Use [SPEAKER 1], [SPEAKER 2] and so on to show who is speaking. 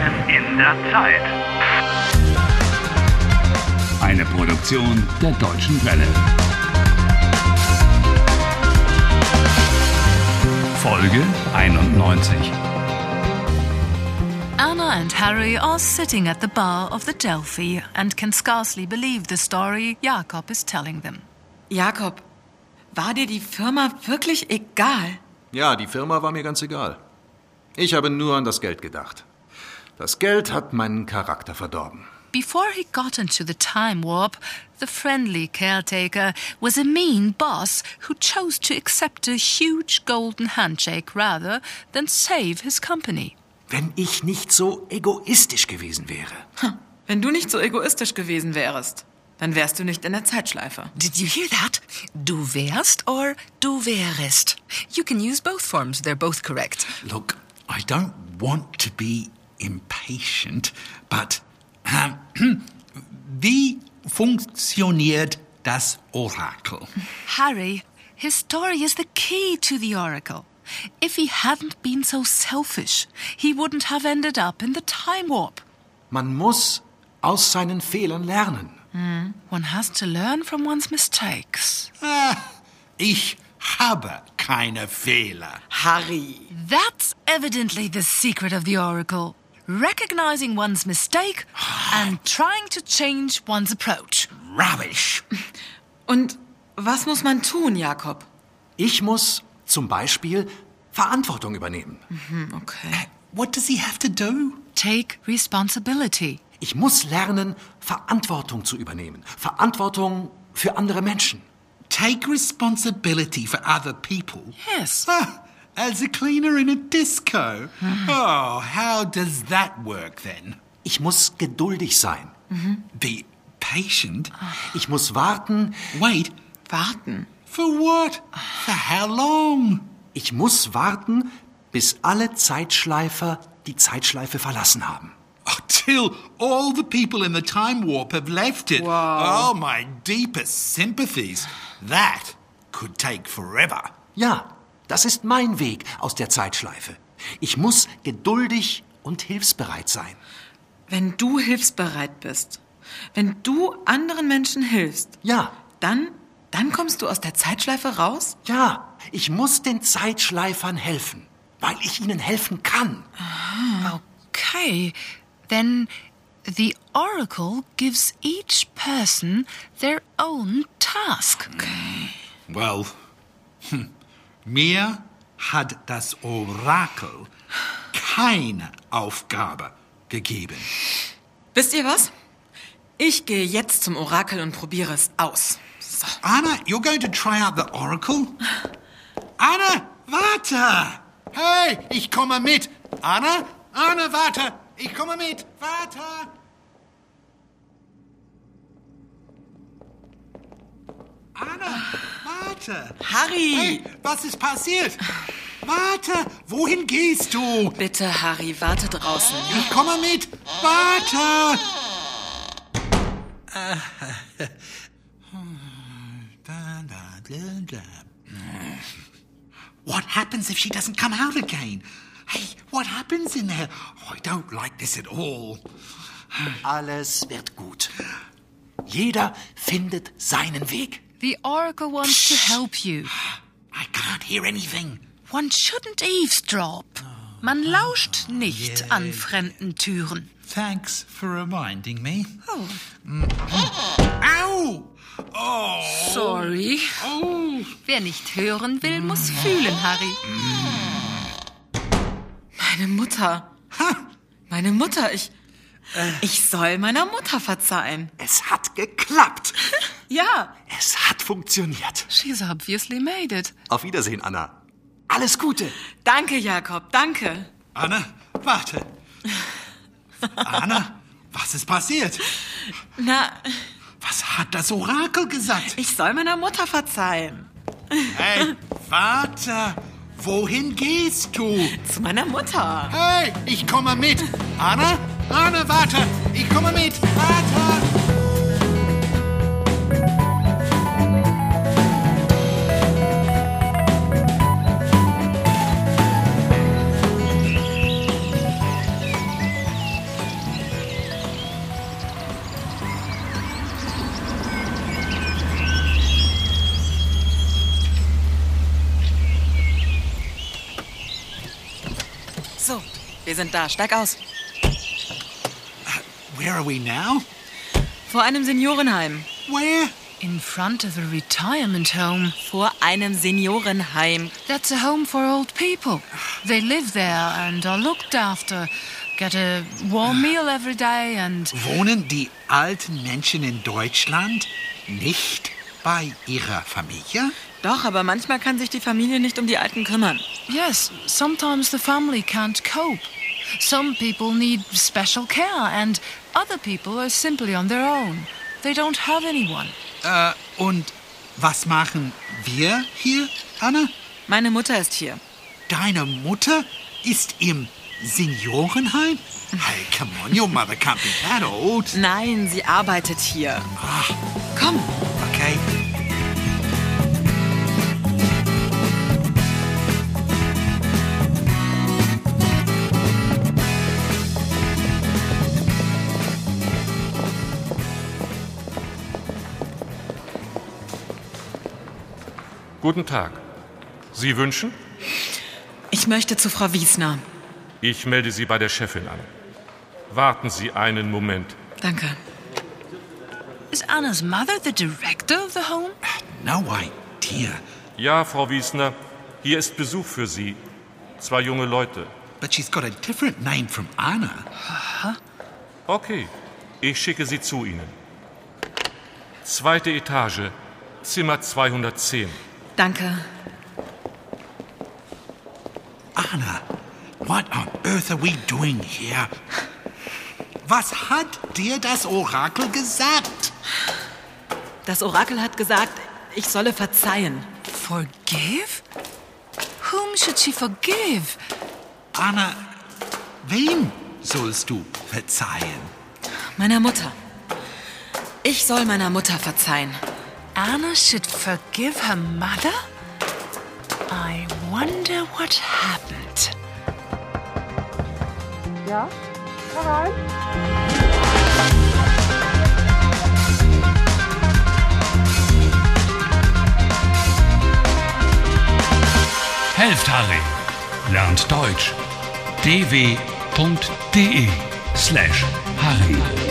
[SPEAKER 1] der Zeit.
[SPEAKER 2] Eine Produktion der Deutschen Welle. Folge 91.
[SPEAKER 3] Anna and Harry are sitting at the bar of the Delphi and can scarcely believe the story Jakob is telling them.
[SPEAKER 4] Jakob, war dir die Firma wirklich egal?
[SPEAKER 5] Ja, die Firma war mir ganz egal. Ich habe nur an das Geld gedacht. Das Geld hat meinen Charakter verdorben.
[SPEAKER 3] Before he got into the time warp, the friendly caretaker was a mean boss who chose to accept a huge golden handshake rather than save his company.
[SPEAKER 5] Wenn ich nicht so egoistisch gewesen wäre.
[SPEAKER 4] Wenn du nicht so egoistisch gewesen wärst, dann wärst du nicht in der Zeitschleife.
[SPEAKER 6] Did you hear that? Du wärst or du wärest. You can use both forms, they're both correct.
[SPEAKER 7] Look, I don't want to be impatient, but ahem, wie funktioniert das Orakel?
[SPEAKER 3] Harry, his story is the key to the Oracle. If he hadn't been so selfish, he wouldn't have ended up in the time warp.
[SPEAKER 5] Man muss aus seinen Fehlern lernen.
[SPEAKER 3] One has to learn from one's mistakes.
[SPEAKER 7] Ah, ich habe keine Fehler.
[SPEAKER 4] Harry.
[SPEAKER 3] That's evidently the secret of the Oracle recognizing one's mistake and trying to change one's approach.
[SPEAKER 7] Rubbish.
[SPEAKER 4] Und was muss man tun, Jakob?
[SPEAKER 5] Ich muss zum Beispiel Verantwortung übernehmen.
[SPEAKER 4] Hm, okay.
[SPEAKER 7] What does he have to do?
[SPEAKER 3] Take responsibility.
[SPEAKER 5] Ich muss lernen, Verantwortung zu übernehmen. Verantwortung für andere Menschen.
[SPEAKER 7] Take responsibility for other people.
[SPEAKER 3] Yes.
[SPEAKER 7] Ah, as a cleaner in a disco. Oh, how does that work then?
[SPEAKER 5] Ich muss geduldig sein.
[SPEAKER 7] Be patient?
[SPEAKER 5] Ich muss warten.
[SPEAKER 7] Wait,
[SPEAKER 4] Warten.
[SPEAKER 7] for what? For how long?
[SPEAKER 5] Ich muss warten, bis alle Zeitschleifer die Zeitschleife verlassen haben.
[SPEAKER 7] Oh, till all the people in the time warp have left it. Oh, my deepest sympathies. That could take forever.
[SPEAKER 5] Ja, das ist mein Weg aus der Zeitschleife. Ich muss geduldig und hilfsbereit sein.
[SPEAKER 4] Wenn du hilfsbereit bist, wenn du anderen Menschen hilfst,
[SPEAKER 5] Ja,
[SPEAKER 4] dann, dann kommst du aus der Zeitschleife raus?
[SPEAKER 5] ja, ich muss den Zeitschleifern helfen, weil ich ihnen helfen kann.
[SPEAKER 3] Okay, then the Oracle gives each person their own task.
[SPEAKER 7] Well, hm, mir hat das Orakel keine Aufgabe gegeben.
[SPEAKER 4] Wisst ihr was? Ich gehe jetzt zum Orakel und probiere es aus. So.
[SPEAKER 7] Anna, you're going to try out the Oracle? Anna, warte! Hey, ich komme mit! Anna, Anna, warte! Ich komme mit! Warte! Anna, warte!
[SPEAKER 4] Harry!
[SPEAKER 7] Hey, was ist passiert? Warte! Wohin gehst du?
[SPEAKER 4] Bitte, Harry, warte draußen.
[SPEAKER 7] Ich komme mit! Warte! What happens if she doesn't come out again? Hey, what happens in there? Oh, I don't like this at all.
[SPEAKER 5] Alles wird gut. Jeder findet seinen Weg.
[SPEAKER 3] The Oracle wants to help you.
[SPEAKER 7] I can't hear anything.
[SPEAKER 3] One shouldn't eavesdrop. Man lauscht nicht an fremden Türen.
[SPEAKER 7] Thanks for reminding me. Oh. Ow! Oh!
[SPEAKER 3] Sorry. Mm.
[SPEAKER 7] Oh!
[SPEAKER 3] Wer nicht hören will, muss fühlen, Harry.
[SPEAKER 4] Meine Mutter. Meine Mutter, ich. Ich soll meiner Mutter verzeihen.
[SPEAKER 5] Es hat geklappt.
[SPEAKER 4] Ja.
[SPEAKER 5] Es hat funktioniert.
[SPEAKER 3] She's obviously made it.
[SPEAKER 5] Auf Wiedersehen, Anna. Alles Gute.
[SPEAKER 4] Danke, Jakob, danke.
[SPEAKER 7] Anna, warte. Anna, was ist passiert?
[SPEAKER 4] Na,
[SPEAKER 7] Was hat das Orakel gesagt?
[SPEAKER 4] ich soll meiner Mutter verzeihen.
[SPEAKER 7] Hey, warte. Wohin gehst du?
[SPEAKER 4] Zu meiner Mutter.
[SPEAKER 7] Hey, ich komme mit. Anna, Anna, warte. Ich komme mit. Warte.
[SPEAKER 4] So, wir sind da. Steig aus.
[SPEAKER 7] Where are we now?
[SPEAKER 4] Vor einem Seniorenheim.
[SPEAKER 7] Where?
[SPEAKER 3] In front of a retirement home.
[SPEAKER 4] Vor einem Seniorenheim.
[SPEAKER 3] That's a home for old people. They live there and are looked after, get a warm meal every day, and
[SPEAKER 7] Wohnen die alten Menschen in Deutschland nicht bei ihrer Familie?
[SPEAKER 4] Doch, aber manchmal kann sich die Familie nicht um die Alten kümmern.
[SPEAKER 3] yes, sometimes the family can't cope. Some people need special care, and other people are simply on their own. They don't have anyone.
[SPEAKER 7] Äh, und was machen wir hier, Anna?
[SPEAKER 4] Meine Mutter ist hier.
[SPEAKER 7] Deine Mutter ist im Seniorenheim? Hey, come on, your mother can't be that old. Ah.
[SPEAKER 4] Nein, sie arbeitet hier. Komm.
[SPEAKER 7] Okay.
[SPEAKER 1] Guten Tag. Sie wünschen?
[SPEAKER 4] Ich möchte zu Frau Wiesner.
[SPEAKER 1] Ich melde Sie bei der Chefin an. Warten Sie einen Moment.
[SPEAKER 4] Danke.
[SPEAKER 3] Is Anna's mother the director of the home?
[SPEAKER 7] No idea.
[SPEAKER 1] Ja, Frau Wiesner, hier ist Besuch für Sie. Zwei junge Leute.
[SPEAKER 7] But she's got a different name from Anna.
[SPEAKER 1] Okay, ich schicke sie zu Ihnen. Zweite Etage, Zimmer 210.
[SPEAKER 4] Danke.
[SPEAKER 7] Anna, what on earth are we doing here? Was hat dir das Orakel gesagt?
[SPEAKER 4] Das Orakel hat gesagt, ich solle verzeihen.
[SPEAKER 3] Forgive? Whom should she forgive?
[SPEAKER 7] Anna, wem sollst du verzeihen?
[SPEAKER 4] Meiner Mutter. Ich soll meiner Mutter verzeihen.
[SPEAKER 3] Anna should forgive her mother? I wonder what happened.
[SPEAKER 2] Helft Harry. Lernt Deutsch. dw.de slash Harry.